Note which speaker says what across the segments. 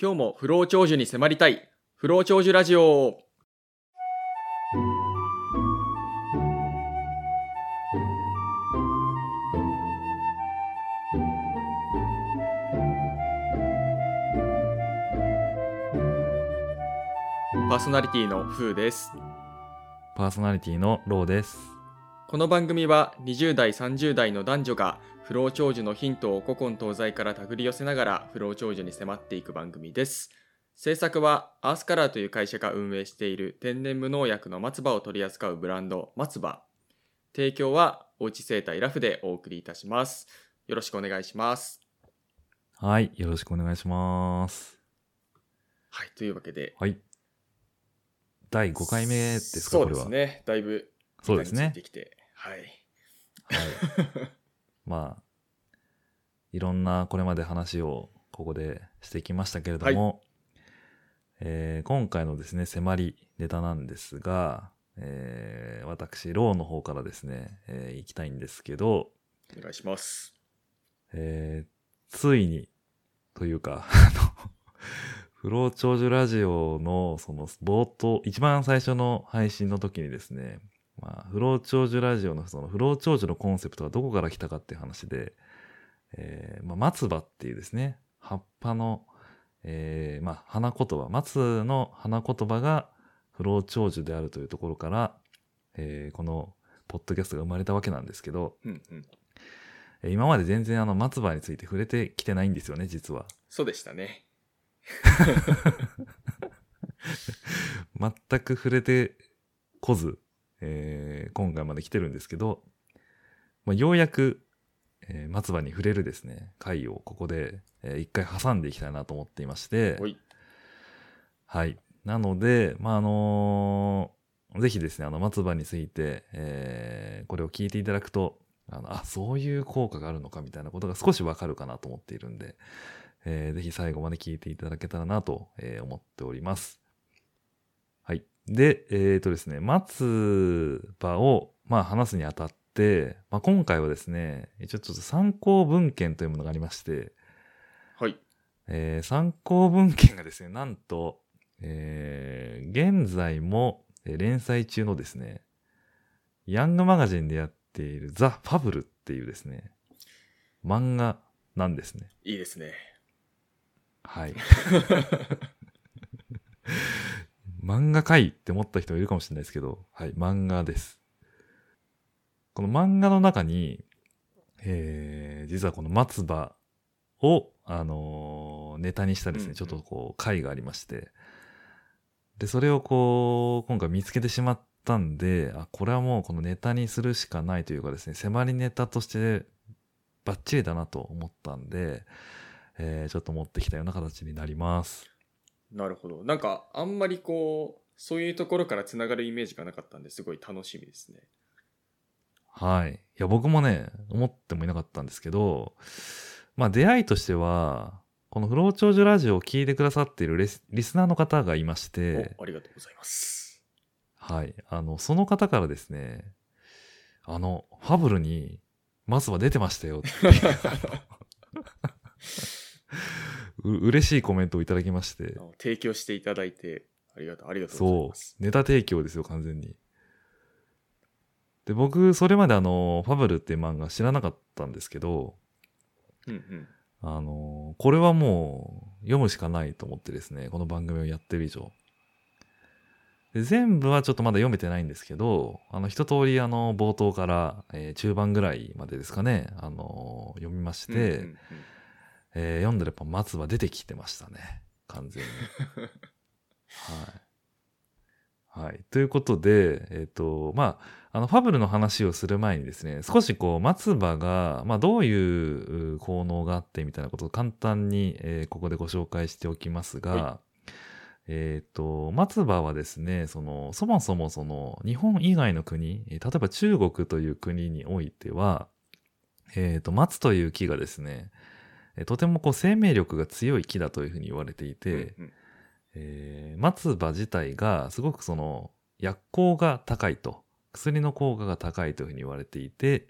Speaker 1: 今日も不老長寿に迫りたい不老長寿ラジオパーソナリティのフーです
Speaker 2: パーソナリティのローです。
Speaker 1: この番組は20代30代の男女が不老長寿のヒントを古今東西から手繰り寄せながら不老長寿に迫っていく番組です制作はアースカラーという会社が運営している天然無農薬の松葉を取り扱うブランド松葉提供はおうち生態ラフでお送りいたしますよろしくお願いします
Speaker 2: はい、よろしくお願いします。
Speaker 1: はいというわけで
Speaker 2: はい。第5回目ですか、
Speaker 1: そう
Speaker 2: これ
Speaker 1: で
Speaker 2: は。
Speaker 1: すねだいぶ
Speaker 2: そうです
Speaker 1: 時間
Speaker 2: ね
Speaker 1: につ。いてきてはい
Speaker 2: はい。 まあ、いろんなこれまで話をここでしてきましたけれども、えー今回のですね、迫りネタなんですが、えー私、ローの方からですね、えー行きたいんですけど、
Speaker 1: お願いします
Speaker 2: えーついに、というか、 あの、不老長寿ラジオの、その、冒頭、一番最初の配信の時にですね、まあ、不老長寿ラジオの、その、不老長寿のコンセプトはどこから来たかっていう話で、えーまあ、松葉っていうですね、葉っぱの、えーまあ、花言葉、松の花言葉が不老長寿であるというところから、えーこの、ポッドキャストが生まれたわけなんですけど、
Speaker 1: うんうん
Speaker 2: えー今まで全然あの松葉について触れてきてないんですよね、実は。
Speaker 1: そうでしたね
Speaker 2: 全く触れてこず、えー今回まで来てるんですけど、まあ、ようやく、えー松葉に触れるですね、回をここで、えー一回挟んでいきたいなと思っていまして、
Speaker 1: おい
Speaker 2: はい。なので、まあ、あのーぜひですね、あの、松葉について、えーこれを聞いていただくと、あの、あ、そういう効果があるのかみたいなことが少しわかるかなと思っているんで、えーぜひ最後まで聞いていただけたらなと、えー思っております。はい。で、えっ、とですね、松葉を、まあ、話すにあたって、まあ、今回はですね、一応ちょっと参考文献というものがありまして、
Speaker 1: はい
Speaker 2: えー参考文献がですね、 なんと、えー現在もえー連載中のですね、ヤングマガジンでやっているザ・ファブルっていうですね、漫画なんですね。
Speaker 1: いいですね
Speaker 2: はい。漫画かいって思った人いるかもしれないですけど、はい、漫画です。この漫画の中に、えー、実はこの松葉を、あのーネタにしたですね、
Speaker 1: うんうん
Speaker 2: ちょっとこう、回がありまして、で、それをこう、今回見つけてしまったんで、あ、これはもうこのネタにするしかないというかですね、迫りネタとしてバッチリだなと思ったんで、えーちょっと持ってきたような形になります。
Speaker 1: なるほど。なんか、あんまりこう、そういうところからつながるイメージがなかったんですごい楽しみですね。
Speaker 2: はい。いや、僕もね、思ってもいなかったんですけど、まあ出会いとしては、この不老長寿ラジオを聞いてくださっているレスリスナーの方がいまして、
Speaker 1: おありがとうございます。
Speaker 2: はい。あの、その方からですね、あの、ファブルに、マスは出てました よっていうう嬉しいコメントをいただきまして
Speaker 1: あ、の提供していただいて、ありがとう、ありがとうござい
Speaker 2: そ
Speaker 1: ます。
Speaker 2: う。ネタ提供ですよ、完全に。で、僕、それまであの、ファブルっていう漫画知らなかったんですけど、
Speaker 1: うんうん。
Speaker 2: あの、これはもう、読むしかないと思ってですね、この番組をやってる以上。で全部はちょっとまだ読めてないんですけど、あの、一通りあの、冒頭から、えー中盤ぐらいまでですかね、あの、読みまして、
Speaker 1: うんうんうん
Speaker 2: えー読んだらやっぱ松葉出てきてましたね。完全に。はい。はい。ということで、えっ、と、まあ、あの、ファブルの話をする前にですね、少しこう、松葉が、まあ、どういうう効能があってみたいなことを簡単に、えーここでご紹介しておきますが、
Speaker 1: は
Speaker 2: えっ、と、松葉はですね、その、そもそもその、日本以外の国、えー例えば中国という国においては、えっ、と、松という木がですね、えーとてもこう生命力が強い木だというふうに言われていて、
Speaker 1: うんうん
Speaker 2: えー松葉自体がすごくその薬効が高いと薬の効果が高いというふうに言われていて、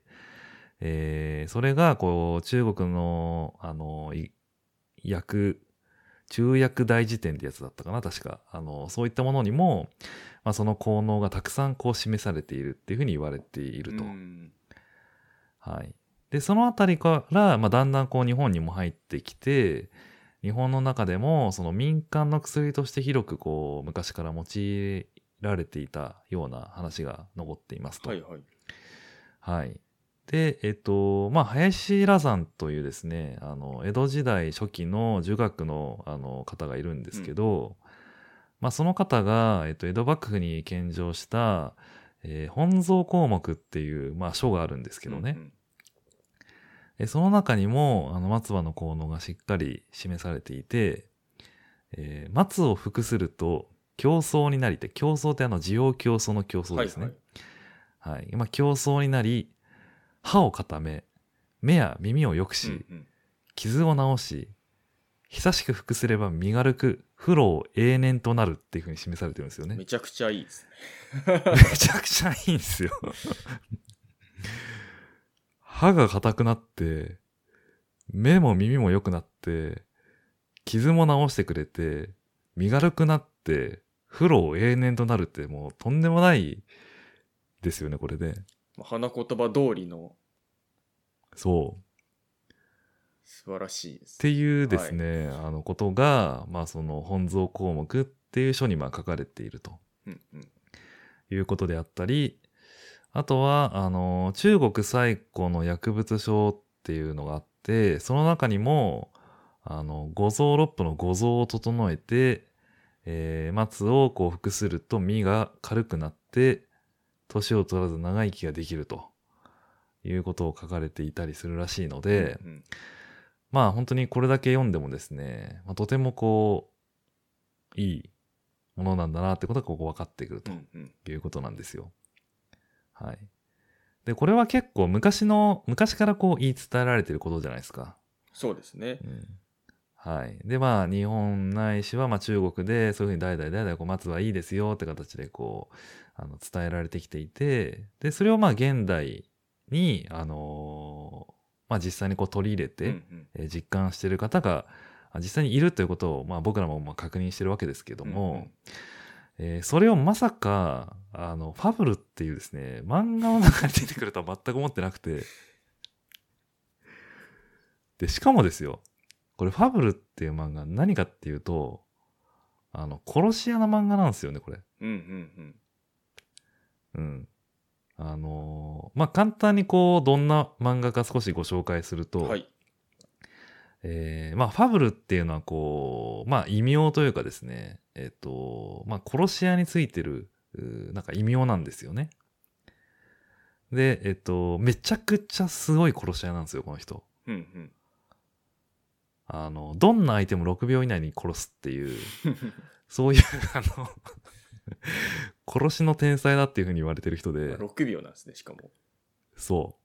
Speaker 2: えーそれがこう中国のあのい薬中薬大辞典ってやつだったかな、確か。あの、そういったものにも、まあ、その効能がたくさんこう示されているっていうふうに言われていると。
Speaker 1: うん
Speaker 2: はい。で、そのあたりから、まあ、だんだんこう日本にも入ってきて、日本の中でも、その民間の薬として広くこう、昔から用いられていたような話が残っていますと。
Speaker 1: はいはい。
Speaker 2: はい。で、えっと、まあ、林羅山というですね、あの、江戸時代初期の儒学の、あの、方がいるんですけど、まあ、その方が、えっと、江戸幕府に献上した、えー本草項目っていう、まあ、書があるんですけどね。
Speaker 1: うん
Speaker 2: えその中にも、あの、松葉の効能がしっかり示されていて、えー松を服すると、競争になりて、競争ってあの、需要競争の競
Speaker 1: うん
Speaker 2: 争ですね。
Speaker 1: はい
Speaker 2: はい。まあ、競争になり、歯を固め、目や耳を良くし、
Speaker 1: はいうんうん
Speaker 2: 傷を治し、久しく服すれば身軽く、不老永年となるっていうふうに示されてるんですよね。
Speaker 1: めちゃくちゃいいですね。
Speaker 2: めちゃくちゃいいんですよ。歯が硬くなって、目も耳も良くなって、傷も治してくれて、身軽くなって、不老永年となるってもうとんでもないですよね、これで。
Speaker 1: まあ花言葉通りの
Speaker 2: そう。
Speaker 1: 素晴らしいで
Speaker 2: っ
Speaker 1: す。
Speaker 2: ていうですね、あのことが、まあ、その本草項目っていう書にまあ書かれていると
Speaker 1: うんうん
Speaker 2: いうことであったりあとはあの中国最古の薬物書っていうのがあってその中にもあの五臓六腑の五臓を整えて、えー松をこう服すると身が軽くなって年を取らず長生きができるということを書かれていたりするらしいので。
Speaker 1: うん
Speaker 2: まあ本当にこれだけ読んでもですね、まあ、とてもこう、いいものなんだなってことがここ分かってくる
Speaker 1: うんうん
Speaker 2: ということなんですよ。はい。で、これは結構昔の、昔からこう言い伝えられてることじゃないですか。
Speaker 1: そうですね。
Speaker 2: うん。はい。で、まあ日本ないしはまあ中国でそういうふうに代々代々こう松はいいですよって形でこう、あの伝えられてきていて、で、それをまあ現代に、あのーまあ実際にこう取り入れて、
Speaker 1: うんうん
Speaker 2: えー実感している方があ実際にいるということを、まあ、僕らもまあ確認してるわけですけども、えーそれをまさかあのファブルっていうですね漫画の中に出てくるとは全く思ってなくてでしかもですよこれ「ファブル」っていう漫画何かっていうとあの殺し屋の漫画なんですよねこれ。
Speaker 1: うんうん
Speaker 2: うん。あのーまあ簡単にこうどんな漫画か少しご紹介する
Speaker 1: う
Speaker 2: と、
Speaker 1: ん。はい。
Speaker 2: えーまあ、ファブルっていうのはこう、まあ、異名というかですね、えっ、と、まあ、殺し屋についてる、うーなんか異名なんですよね。で、えっ、と、めちゃくちゃすごい殺し屋なんですよ、この人。
Speaker 1: うんうん。
Speaker 2: あの、どんな相手も6秒以内に殺すっていう、そういう、あの、 殺しの天才だっていうふうに言われてる 人で、
Speaker 1: 6秒なんですね、しかも。
Speaker 2: そ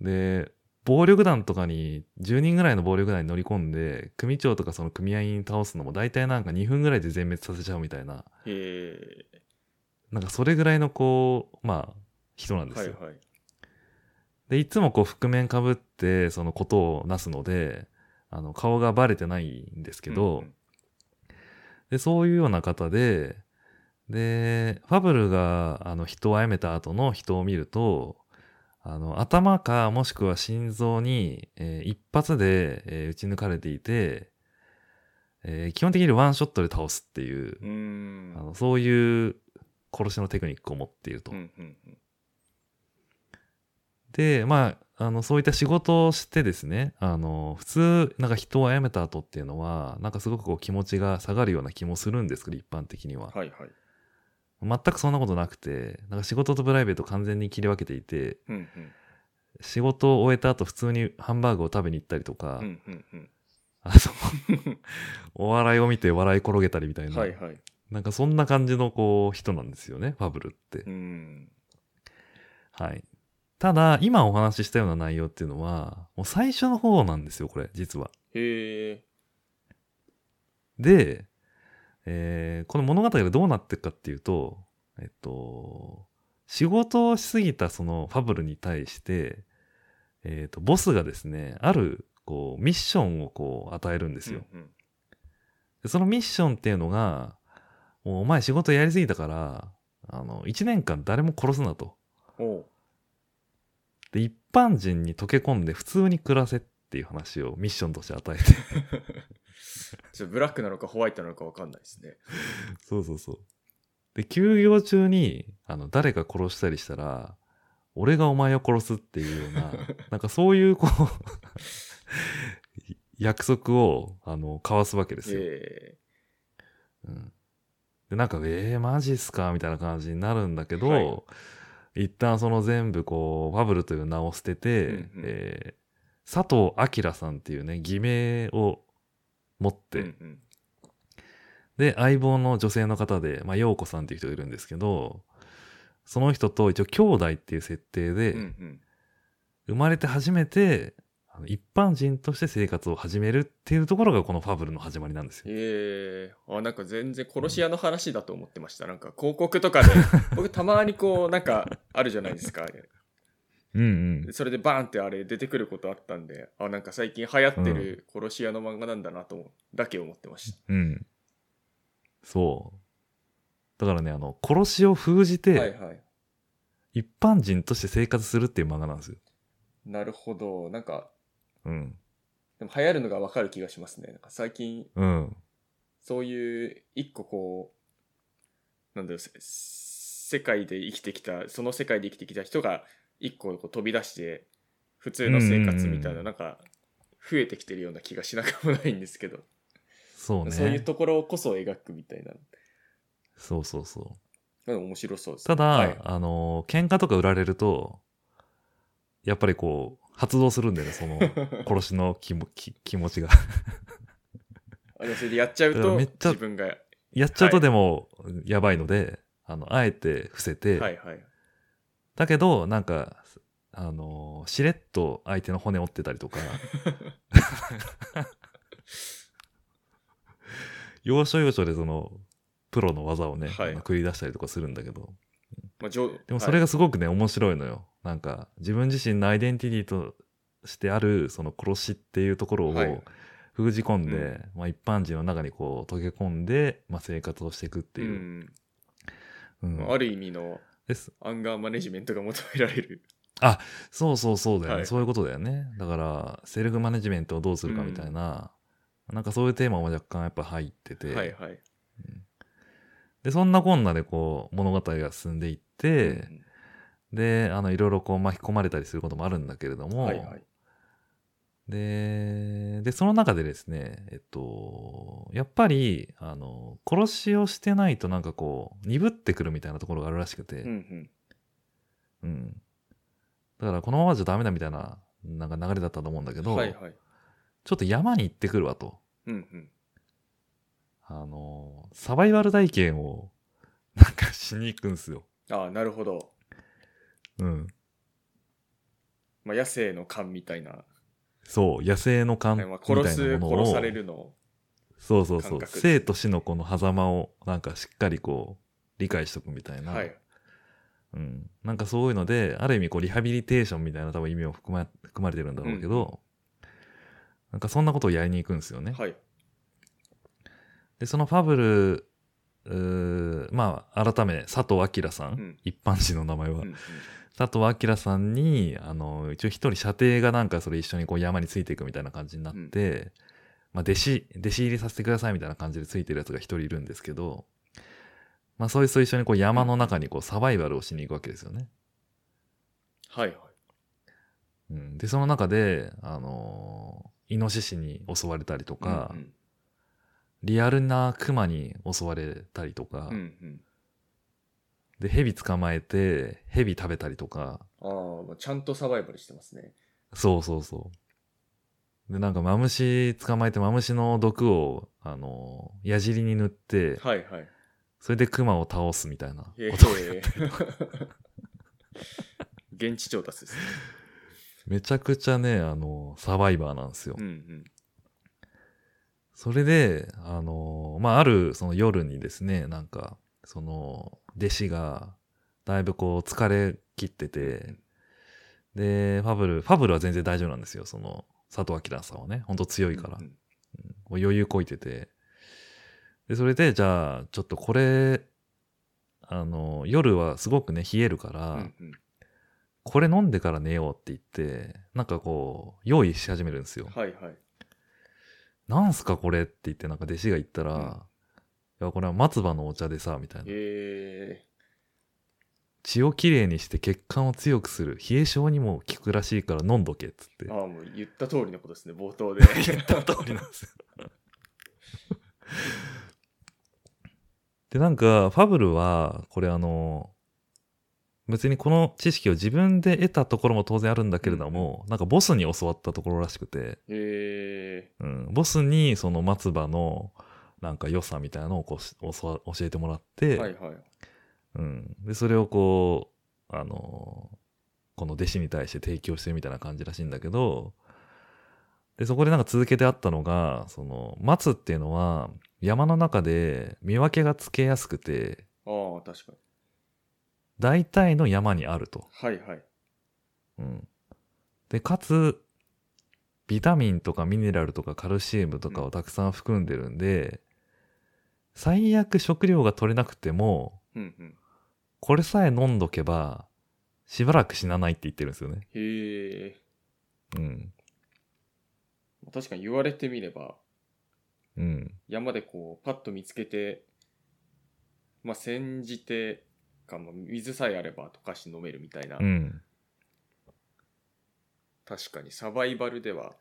Speaker 2: う。で、暴力団とかに、10人ぐらいの暴力団に乗り込んで、組長とかその組合員倒すのも大体なんか2分ぐらいで全滅させちゃうみたいな、
Speaker 1: へえ。
Speaker 2: なんかそれぐらいのこう、まあ、人なんです
Speaker 1: は
Speaker 2: よ。
Speaker 1: いはい。
Speaker 2: で、いつもこう覆面かぶって、そのことをなすので、あの、顔がバレてないんですけど、
Speaker 1: うんうん
Speaker 2: で、そういうような方で、で、ファブルが、あの、人を殺めた後の人を見ると、あの、頭かもしくは心臓に、えー一発で、えー撃ち抜かれていて、えー基本的にワンショットで倒すっていう、
Speaker 1: うーん
Speaker 2: あのそういう殺しのテクニックを持っていると。
Speaker 1: うんうんうん
Speaker 2: で、まあ、あの、そういった仕事をしてですね、あの、普通、なんか人を殺めた後っていうのは、なんかすごくこう気持ちが下がるような気もするんですけど、一般的には。
Speaker 1: はいはい。
Speaker 2: 全くそんなことなくて、なんか仕事とプライベート完全に切り分けていて、
Speaker 1: うんうん
Speaker 2: 仕事を終えた後普通にハンバーグを食べに行ったりとか、
Speaker 1: うんうんうん
Speaker 2: あの、 お笑いを見て笑い転げたりみたいな、
Speaker 1: はいはい。
Speaker 2: なんかそんな感じのこう人なんですよね、ファブルって。
Speaker 1: うん。
Speaker 2: はい。ただ、今お話ししたような内容っていうのは、もう最初の方なんですよ、これ、実は。
Speaker 1: へえ。
Speaker 2: で、えーこの物語がどうなっていくかっていうと、えっと、仕事をしすぎたそのファブルに対して、えっと、ボスがですね、ある、こう、ミッションをこう、与えるんですよ。
Speaker 1: うんうん
Speaker 2: でそのミッションっていうのが、もうお前仕事やりすぎたから、あの、1年間誰も殺すなと。
Speaker 1: おう
Speaker 2: で、一般人に溶け込んで普通に暮らせっていう話をミッションとして与えて。
Speaker 1: ちょっとブラックなのかホワイトなのか分かんないですね。
Speaker 2: そうそうそう。で、休業中に、あの、誰か殺したりしたら、俺がお前を殺すっていうよう な、なんかそういう、 こう、約束を、あの、交わすわけですよ。
Speaker 1: え
Speaker 2: うん、でなんか「えー、マジっすか?」みたいな感じになるんだけど、
Speaker 1: は
Speaker 2: 一旦その全部こうファブルという名を捨てて、
Speaker 1: うんうん
Speaker 2: えー佐藤明さんっていうね偽名を持っ
Speaker 1: え
Speaker 2: て、
Speaker 1: うんうん
Speaker 2: で相棒の女性の方で、まあ、陽子さんっていう人がいるんですけどその人と一応兄弟っていう設定で、
Speaker 1: うんうん
Speaker 2: 生まれて初めてあの一般人として生活を始めるっていうところがこのファブルの始まりなんですよ。
Speaker 1: ええあなんか全然殺し屋の話だと思ってました、なんか広告とかで 僕たまにこうなんかあるじゃないですか
Speaker 2: うんうん
Speaker 1: それでバーンってあれ出てくることあったんであなんか最近流行ってる殺し屋の漫画なんだなと思うだけ思ってました、
Speaker 2: うん。そう。だからね、あの、殺しを封じて、
Speaker 1: はいはい
Speaker 2: 一般人として生活するっていう漫画なんですよ。
Speaker 1: なるほどなんか
Speaker 2: うん。
Speaker 1: でも流行るのがわかる気がしますねなんか最近
Speaker 2: うん。
Speaker 1: そういう一個こうなんだろうせ世界で生きてきたその世界で生きてきた人が一個こう飛び出して普通の生活みたい
Speaker 2: うんうん
Speaker 1: な
Speaker 2: う
Speaker 1: んなんか増えてきてるような気がしなくもないんですけど
Speaker 2: そうね。
Speaker 1: そういうところこそ描くみたいな
Speaker 2: そうそうそう。
Speaker 1: なんか面白そうです
Speaker 2: ただ、
Speaker 1: はい
Speaker 2: あの、喧嘩とか売られると、やっぱりこう、発動するんだよね、その、殺しの気も気気持ちが。
Speaker 1: あでもそれでやっちゃう
Speaker 2: だから
Speaker 1: と
Speaker 2: めっちゃ
Speaker 1: 自分がは
Speaker 2: やっちゃう
Speaker 1: は
Speaker 2: と
Speaker 1: い
Speaker 2: でも、やばいので、あの、あえて伏せて、
Speaker 1: いはい
Speaker 2: だけど、なんか、あの、しれっと相手の骨折ってた りとか、要所要所でその、プロの技をね、
Speaker 1: はい
Speaker 2: あの繰り出したりとかするんだけど、
Speaker 1: まあ、じょ
Speaker 2: でもそれ
Speaker 1: が
Speaker 2: がすごくね、面白いのよ。なんか、自分自身のアイデンティティとしてある、その殺しっていうところ
Speaker 1: はい
Speaker 2: を封じ込ん
Speaker 1: う
Speaker 2: で、
Speaker 1: ん
Speaker 2: まあ一般人の中にこう溶け込んで、まあ生活をしていくっていう。うん
Speaker 1: うん、ある意味の
Speaker 2: です
Speaker 1: アンガーマネジメントが求められる
Speaker 2: そうそうそうだよね、
Speaker 1: はい
Speaker 2: そういうことだよねだからセルフマネジメントをどうするかみたいな、なんかそういうテーマも若干やっぱ入ってて、
Speaker 1: はいはい
Speaker 2: でそんなこんなでこう物語が進んでいって、であのいろいろこう巻き込まれたりすることもあるんだけれど
Speaker 1: うん
Speaker 2: も、
Speaker 1: はいはい
Speaker 2: ででその中でですねえっとやっぱりあの殺しをしてないとなんかこう鈍ってくるみたいなところがあるらしくて、
Speaker 1: うんうん
Speaker 2: うんだからこのままじゃダメだみたいななんか流れだったと思うんだけど、
Speaker 1: はいはい
Speaker 2: ちょっと山に行ってくるわと。
Speaker 1: うんうん
Speaker 2: あのーサバイバル体験を、 なんかしに行くんすよ。
Speaker 1: ああなるほど、
Speaker 2: うん。
Speaker 1: まあ、野生の勘みたいな、
Speaker 2: そう、野生の勘み
Speaker 1: まあ、
Speaker 2: たいなものを
Speaker 1: 殺す殺されるの
Speaker 2: そうそうそ
Speaker 1: 感
Speaker 2: う。
Speaker 1: 覚です
Speaker 2: 生と死のこの狭間を、なんかしっかりこう、理解しとくみたいな。
Speaker 1: はい
Speaker 2: うん。なんかそういうので、ある意味こう、リハビリテーションみたいな多分意味を含ま含まれてるんだろうけど、なんかそんなことをやりに行くんですよね。
Speaker 1: はい
Speaker 2: で、そのファブル、うーまあ、改め、佐藤明さん、
Speaker 1: うん
Speaker 2: 一般人の名前は
Speaker 1: う、んうん
Speaker 2: 佐藤明さんにあの一応一人射程がなんかそれ一緒にこう山についていくみたいな感じになって、まあ、弟子弟子入りさせてくださいみたいな感じでついてるやつが一人いるんですけど、まあ、そいつと一緒にこう山の中にこうサバイバルをしに行くわけですよね。
Speaker 1: はいはい
Speaker 2: うん、でその中であのイノシシに襲われたりとか、
Speaker 1: うん
Speaker 2: リアルなクマに襲われたりとか、
Speaker 1: うんうん
Speaker 2: でヘビ捕まえてヘビ食べたりとか
Speaker 1: うんああまあちゃんとサバイバルしてますね
Speaker 2: そうそうそう。で、なんかマムシ捕まえてマムシの毒を、あの、矢尻に塗って、
Speaker 1: はいはい
Speaker 2: それでクマを倒すみたいな
Speaker 1: ええ
Speaker 2: こと。
Speaker 1: 現地調達ですね
Speaker 2: めちゃくちゃね、あの、サバイバーなんですよ
Speaker 1: うん。うん
Speaker 2: それで、あの、まあ、あるその夜にですね、なんか、その、弟子が、だいぶこう、疲れ切ってて、で、ファブル、ファブルは全然大丈夫なんですよ。その、佐藤明さんはね、ほんと強いから
Speaker 1: う。ん
Speaker 2: もう余裕こいてて、で、それで、じゃあ、ちょっとこれ、あの、夜はすごくね、冷えるから、
Speaker 1: うんうん
Speaker 2: これ飲んでから寝ようって言って、なんかこう、用意し始めるんですよ。
Speaker 1: はいはい。
Speaker 2: なんすかこれって言って、なんか弟子が言ったら、
Speaker 1: うん
Speaker 2: いや、これは松葉のお茶でさ、みたいな。
Speaker 1: え
Speaker 2: 血をきれいにして血管を強くする。冷え性にも効くらしいから飲んどけ、っつって
Speaker 1: ー、。ああ、もう言った通りのことですね、冒頭で。
Speaker 2: 言った通りなんですよ。で、なんか、ファブルは、これあの、別にこの知識を自分で得たところも当然あるんだけれども、なんかボスに教わったところらしくて、
Speaker 1: え
Speaker 2: うん、ボスにその松葉のなんか良さみたいなのをこうし教わ教えてもらって、
Speaker 1: ー、はいはい。
Speaker 2: うん、でそれをこう、あのこの弟子に対して提供してるみたいな感じらしいんだけどでそこでなんか続けてあったのがその松っていうのは山の中で見分けがつけやすくて
Speaker 1: ああ、確かに。
Speaker 2: 大体の山にあると。
Speaker 1: はいはい。
Speaker 2: うん、でかつビタミンとかミネラルとかカルシウムとかをたくさん含んでるんで、最悪食料が取れなくても
Speaker 1: うんうん。
Speaker 2: これさえ飲んどけば、しばらく死なないって言ってるんですよね。
Speaker 1: へえ
Speaker 2: うん。
Speaker 1: ー、確かに言われてみれば、
Speaker 2: うん。
Speaker 1: 山でこう、パッと見つけて、まあ、煎じて、かまあ水さえあれば溶かして飲めるみたいな、
Speaker 2: うん。
Speaker 1: 確かにサバイバルでは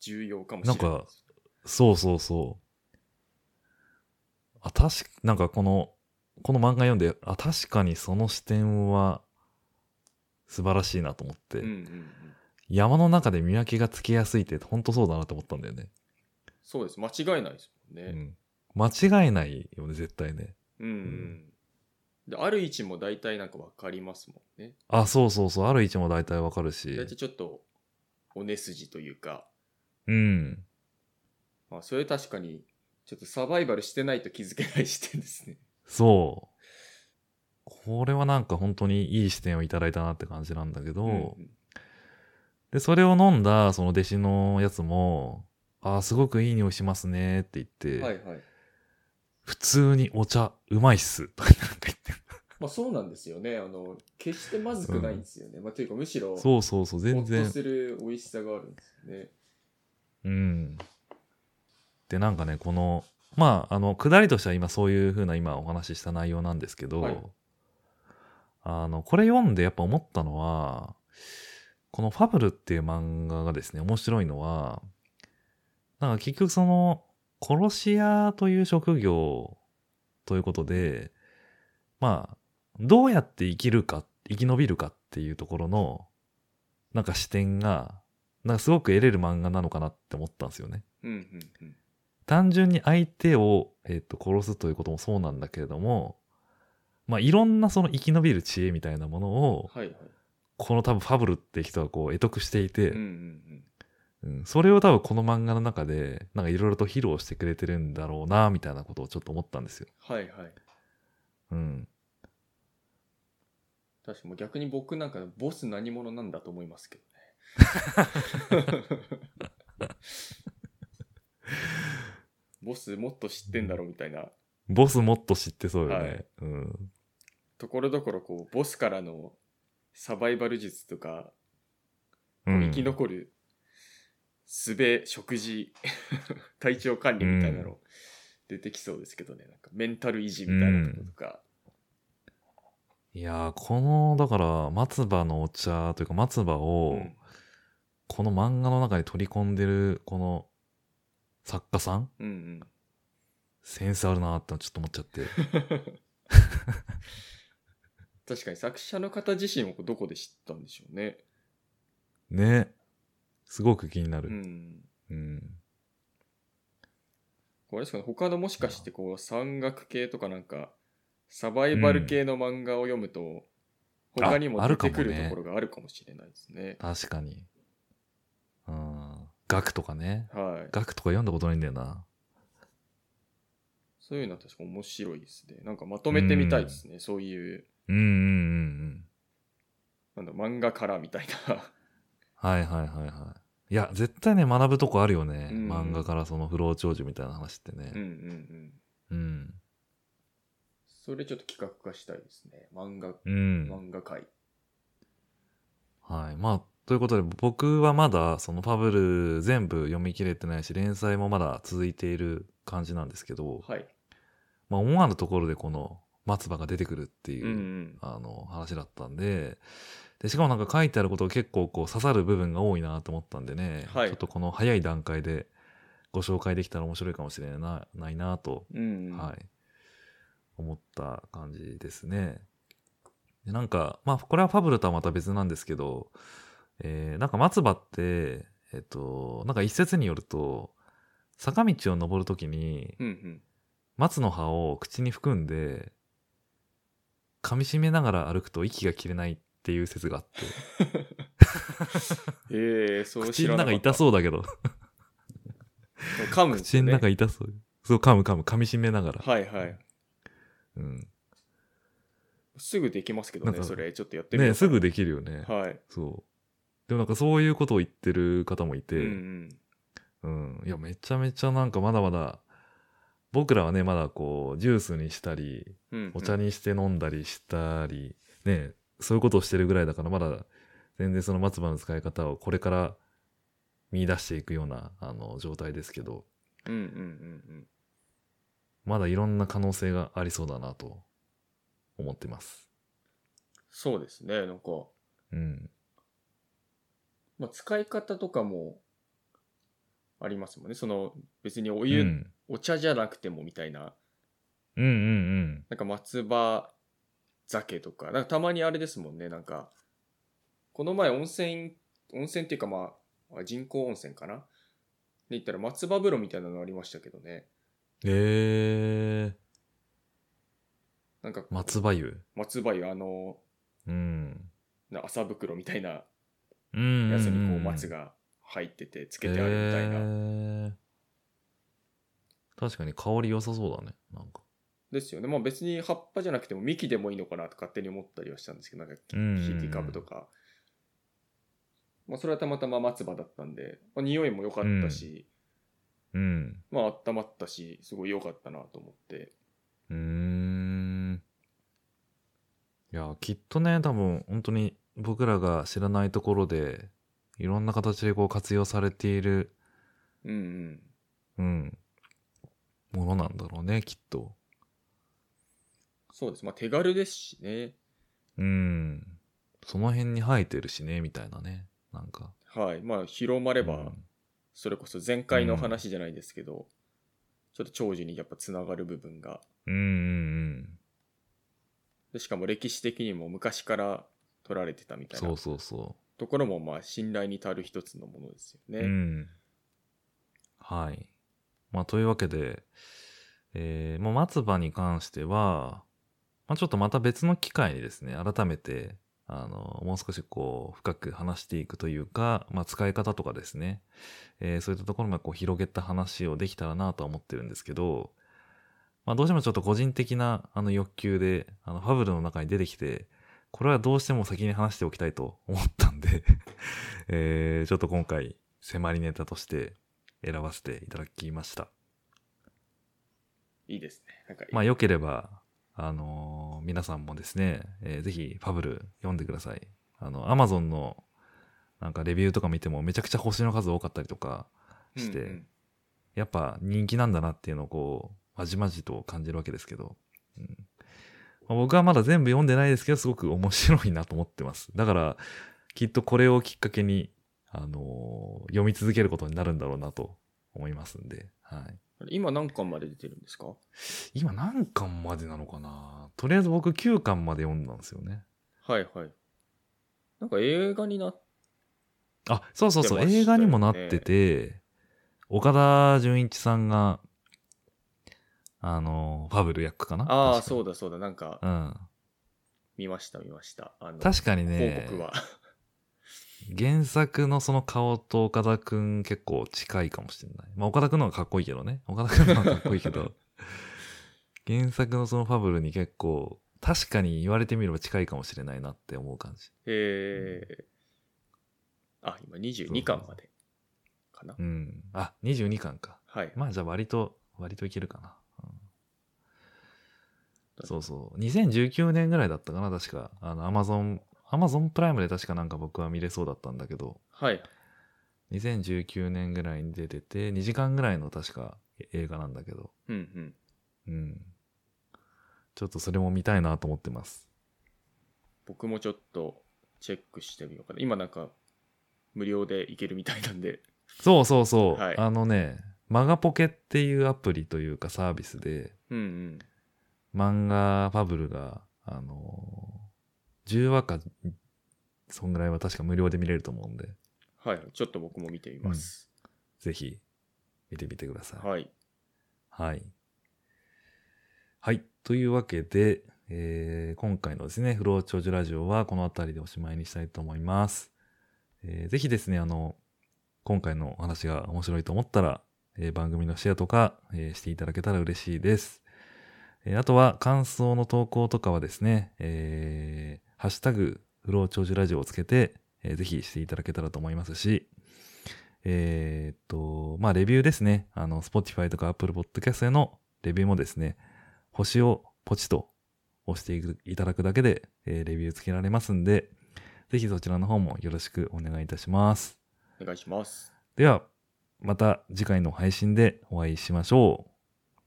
Speaker 1: 重要かもし
Speaker 2: な
Speaker 1: れ
Speaker 2: ん
Speaker 1: ない。
Speaker 2: か、そうそうそう。あ、確か、なんかこの、この漫画読んで、あ、確かにその視点は、素晴らしいなと思って、
Speaker 1: うんうんうん。
Speaker 2: 山の中で見分けがつきやすいって、ほんとそうだなと思ったんだよね。
Speaker 1: そうです。間違いないですもんね。
Speaker 2: うん。間違えないよね、絶対ね。
Speaker 1: うん、うんで。ある位置も大体なんかわかりますもんね。
Speaker 2: あ、そうそうそう、ある位置も大体わかるし
Speaker 1: 大。体ちょっと、お根筋というか、
Speaker 2: うん。
Speaker 1: まあ、それ確かに、ちょっとサバイバルしてないと気づけない視点ですね。
Speaker 2: そう。これはなんか本当にいい視点をいただいたなって感じなんだけど、
Speaker 1: ん
Speaker 2: で、それを飲んだその弟子のやつも、ああ、すごくいい匂いしますねって言って、
Speaker 1: うんはいはい。
Speaker 2: 普通にお茶うまいっすとかなんか言って
Speaker 1: まあそうなんですよね。あの、決してまずくないんですよね。まあというかむしろ、
Speaker 2: そうそうそう、全
Speaker 1: ほっと
Speaker 2: 然。
Speaker 1: する美味しさがあるんですよね。
Speaker 2: うん。で、なんかね、この、まあ、あの、下りとしては今そういうふうな今お話しした内容なんですけど、
Speaker 1: はい
Speaker 2: あの、これ読んでやっぱ思ったのは、このファブルっていう漫画がですね、面白いのは、なんか結局その、殺し屋という職業ということで、まあ、どうやって生きるか、生き延びるかっていうところの、なんか視点が、なんかすごく得れる漫画なのかなって思ったんですよね。
Speaker 1: うんうんうん。
Speaker 2: 単純に相手を、えっと殺すということもそうなんだけれども、まあ、いろんなその生き延びる知恵みたいなものを、
Speaker 1: はいはい。
Speaker 2: この多分ファブルって人はこう得得していて、
Speaker 1: うんうんうん。
Speaker 2: うんそれを多分この漫画の中で、なんかいろいろと披露してくれてるんだろうな、みたいなことをちょっと思ったんですよ。
Speaker 1: はいはい。
Speaker 2: うん。
Speaker 1: 確かに逆に僕なんかボス何者なんだと思いますけどね。 ボスもっと知ってんだろうみたいな
Speaker 2: ボスもっと知ってそうよね。
Speaker 1: はい
Speaker 2: うん。
Speaker 1: ところどころこうボスからのサバイバル術とか、
Speaker 2: うん
Speaker 1: 生き残る術食事 体調管理みたいなの出てきそうですけどねなんかメンタル維持みたいなとことか、
Speaker 2: いやー、この、だから、松葉のお茶というか、松葉
Speaker 1: う
Speaker 2: を、
Speaker 1: ん
Speaker 2: この漫画の中に取り込んでる、この、作家さん
Speaker 1: うんうん、
Speaker 2: センスあるなーってちょっと思っち ゃって。
Speaker 1: 確かに作者の方自身をどこで知ったんでしょうね、
Speaker 2: ね。すごく気にな
Speaker 1: う
Speaker 2: る。
Speaker 1: ん、
Speaker 2: うん。
Speaker 1: これですかね他のもしかしてこう山岳系とかなんかサバイバル系の漫画を読むと、
Speaker 2: ん
Speaker 1: 他にも
Speaker 2: ああ
Speaker 1: 出
Speaker 2: るか
Speaker 1: て
Speaker 2: も
Speaker 1: く
Speaker 2: ね
Speaker 1: るところがあるかもしれないですね。
Speaker 2: 確かに。うん。学とかね。
Speaker 1: はい。
Speaker 2: 学とか読んだことないんだよな。
Speaker 1: そういうのは確か面白いですね。なんかまとめてみたいですね。そういう、
Speaker 2: うんうんうんうん。
Speaker 1: なんだ、漫画からみたいな。
Speaker 2: はいはいはいはい。いや、絶対ね、学ぶとこあるよね。
Speaker 1: うん
Speaker 2: 漫画からその不老長寿みたいな話ってね。
Speaker 1: うんうんうん。
Speaker 2: うん。
Speaker 1: それちょっと企画化したいですね。漫画、
Speaker 2: うん。
Speaker 1: 漫画界。
Speaker 2: はい。まあ、ということで、僕はまだ、そのファブル全部読み切れてないし、連載もまだ続いている感じなんですけど、
Speaker 1: はい。
Speaker 2: まあ、思わぬところでこの松葉が出てくるっていう、
Speaker 1: うんうん。
Speaker 2: あの、話だったんで、で、しかもなんか書いてあることが結構こう刺さる部分が多いなと思ったんでね、
Speaker 1: はい
Speaker 2: ちょっとこの早い段階でご紹介できたら面白いかもしれなないなと
Speaker 1: うん、うん。
Speaker 2: は。い。思った感じですね。でなんか、まあ、これはファブルとはまた別なんですけど、えーなんか松葉って、えっと、なんか一説によると、坂道を登るときに、
Speaker 1: うんうん。
Speaker 2: 松の葉を口に含んで、噛み締めながら歩くと息が切れないっていう説があ って、
Speaker 1: ええそう
Speaker 2: 口
Speaker 1: 知
Speaker 2: の
Speaker 1: らなか
Speaker 2: 中
Speaker 1: った
Speaker 2: 痛そうだけど、
Speaker 1: 噛むんです
Speaker 2: 口
Speaker 1: よ
Speaker 2: の
Speaker 1: ね。
Speaker 2: 中痛そう。そう、噛む噛む、噛み締めながら。
Speaker 1: はいはい。
Speaker 2: うん。
Speaker 1: すぐできますけど
Speaker 2: なん
Speaker 1: ね、
Speaker 2: か
Speaker 1: それ。ちょっとやってみよう
Speaker 2: ね
Speaker 1: か
Speaker 2: す
Speaker 1: な
Speaker 2: ぐできるよね。
Speaker 1: はい。
Speaker 2: そう。でもなんかそういうことを言ってる方もいて、
Speaker 1: う
Speaker 2: うん、
Speaker 1: うんん。
Speaker 2: いや、めちゃめちゃなんかまだまだ、僕らはね、まだこう、ジュースにしたり、
Speaker 1: うんうん
Speaker 2: お茶にして飲んだりしたり、ね、そういうことをしてるぐらいだから、まだ全然その松葉の使い方をこれから見出していくような、あの、状態ですけど、
Speaker 1: うんうんうん
Speaker 2: まだいろんな可能性がありそうだなと思ってます。
Speaker 1: そうですね、なんか、
Speaker 2: うん。
Speaker 1: まあ、使い方とかもありますもんね。その、別にお湯、
Speaker 2: うん、
Speaker 1: お茶じゃなくてもみたいな、
Speaker 2: うんうん
Speaker 1: なんか松葉酒とか、なんかたまにあれですもんね、なんか、この前温泉、温泉っていうかまあ、人工温泉かなで行ったら松葉風呂みたいなのありましたけどね。
Speaker 2: うん。え
Speaker 1: なんか
Speaker 2: ー、松葉湯。
Speaker 1: 松葉湯、あの、
Speaker 2: うん。
Speaker 1: な麻袋みたいな
Speaker 2: うん
Speaker 1: やつにこう松が入っててつけてあるみたいな、
Speaker 2: へー確かに香り良さそうだねなんか
Speaker 1: ですよねまあ別に葉っぱじゃなくても幹でもいいのかなと勝手に思ったりはしたんですけどなんか
Speaker 2: うんうんうん
Speaker 1: 引き株とか、まあ、それはたまたま松葉だったんで、まあ、匂いも良かったし、
Speaker 2: うん
Speaker 1: まあ温まったしすごい良かったなと思って
Speaker 2: うーんいやきっとね多分本当に僕らが知らないところでいろんな形でこう活用されている、
Speaker 1: うんうん
Speaker 2: うん、ものなんだろうねきっと
Speaker 1: そうですまあ手軽ですしね
Speaker 2: うんその辺に生えてるしねみたいなねなんか
Speaker 1: はいまあ広まれば、それこそ前回の話じゃないですけど、ちょっと長寿にやっぱつながる部分が
Speaker 2: うん、うんうんうん
Speaker 1: でしかも歴史的にも昔から取られてたみたい
Speaker 2: そ
Speaker 1: な
Speaker 2: うそうそ
Speaker 1: ところもまあ信頼に足る一つのものですよね。
Speaker 2: う。うん。はい。まあ、というわけで、えー、もう松葉に関しては、まあ、ちょっとまた別の機会にですね、改めて、あの、もう少しこう、深く話していくというか、まあ、使い方とかですね、えーそういったところまでこう、広げた話をできたらなとは思ってるんですけど、まあ、どうしてもちょっと個人的な、あの、欲求で、あの、ファブルの中に出てきて、これはどうしても先に話しておきたいと思ったんで、 えーちょっと今回、迫りネタとして選ばせていただきました。
Speaker 1: いいですね。なんかいい
Speaker 2: まあ、良ければ、あのー皆さんもですね、えーぜひ、ファブル読んでください。あの、アマゾンの、なんかレビューとか見てもめちゃくちゃ星の数多かったりとかして、
Speaker 1: うんうん
Speaker 2: やっぱ人気なんだなっていうのをこう、まじまじと感じるわけですけど、うんまあ僕はまだ全部読んでないですけど、すごく面白いなと思ってます。だから、きっとこれをきっかけに、あのー読み続けることになるんだろうなと思いますんで、はい。
Speaker 1: 今何巻まで出てるんですか
Speaker 2: 今何巻までなのかなとりあえず僕9巻まで読んだんですよね。
Speaker 1: はいはい。なんか映画になっ
Speaker 2: あ、そうそうそう、
Speaker 1: 出ましたよね
Speaker 2: 映画にもなってて、岡田准一さんが、あのーファブル役かな
Speaker 1: ああ、
Speaker 2: 確か
Speaker 1: そうだそうだ。なんか
Speaker 2: うん。
Speaker 1: 見ました見ました。あの、
Speaker 2: 確かに
Speaker 1: 広
Speaker 2: ね、
Speaker 1: 告は。
Speaker 2: 原作のその顔と岡田くん結構近いかもしれない。まあ岡田くんの方がかっこいいけどね。岡田くんの方がかっこいいけど、 原作のそのファブルに結構、確かに言われてみれば近いかもしれないなって思う感じ。
Speaker 1: えー、あ、今22巻までかな。
Speaker 2: うん。あ、22巻か。
Speaker 1: はい。
Speaker 2: まあじゃあ割と、割といけるかな。うんそうそう。2019年ぐらいだったかな、確か。あの、アマゾン、アマゾンプライムで確かなんか僕は見れそうだったんだけど、
Speaker 1: はい。
Speaker 2: 2019年ぐらいに出てて、2時間ぐらいの確か映画なんだけど、
Speaker 1: うんうん。
Speaker 2: うん。ちょっとそれも見たいなと思ってます。
Speaker 1: 僕もちょっとチェックしてみようかな。今なんか、無料でいけるみたいなんで。
Speaker 2: そうそうそう。
Speaker 1: はい
Speaker 2: あのね、マガポケっていうアプリというかサービスで、
Speaker 1: うんうん。
Speaker 2: 漫画ファブルが、あのー10話か、そんぐらいは確か無料で見れると思うんで、
Speaker 1: はい。ちょっと僕も見てみます。
Speaker 2: ぜひ見てみてください。
Speaker 1: はい。
Speaker 2: はい。はい。というわけで、えー今回のですね、不老長寿ラジオはこの辺りでおしまいにしたいと思います。えーぜひですね、あの、今回のお話が面白いと思ったら、えー番組のシェアとか、えーしていただけたら嬉しいです。えーあとは、感想の投稿とかはですね、えーハッシュタグ、不老長寿ラジオをつけて、えーぜひしていただけたらと思いますし、えーっと、まあ、レビューですね。あの、Spotify とか Apple Podcast へのレビューもですね、星をポチッと押していくいただくだけで、えーレビューつけられますんで、ぜひそちらの方もよろしくお願いいたします。
Speaker 1: お願いします。
Speaker 2: では、また次回の配信でお会いしましょう。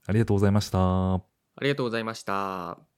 Speaker 2: ありがとうございました。
Speaker 1: ありがとうございました。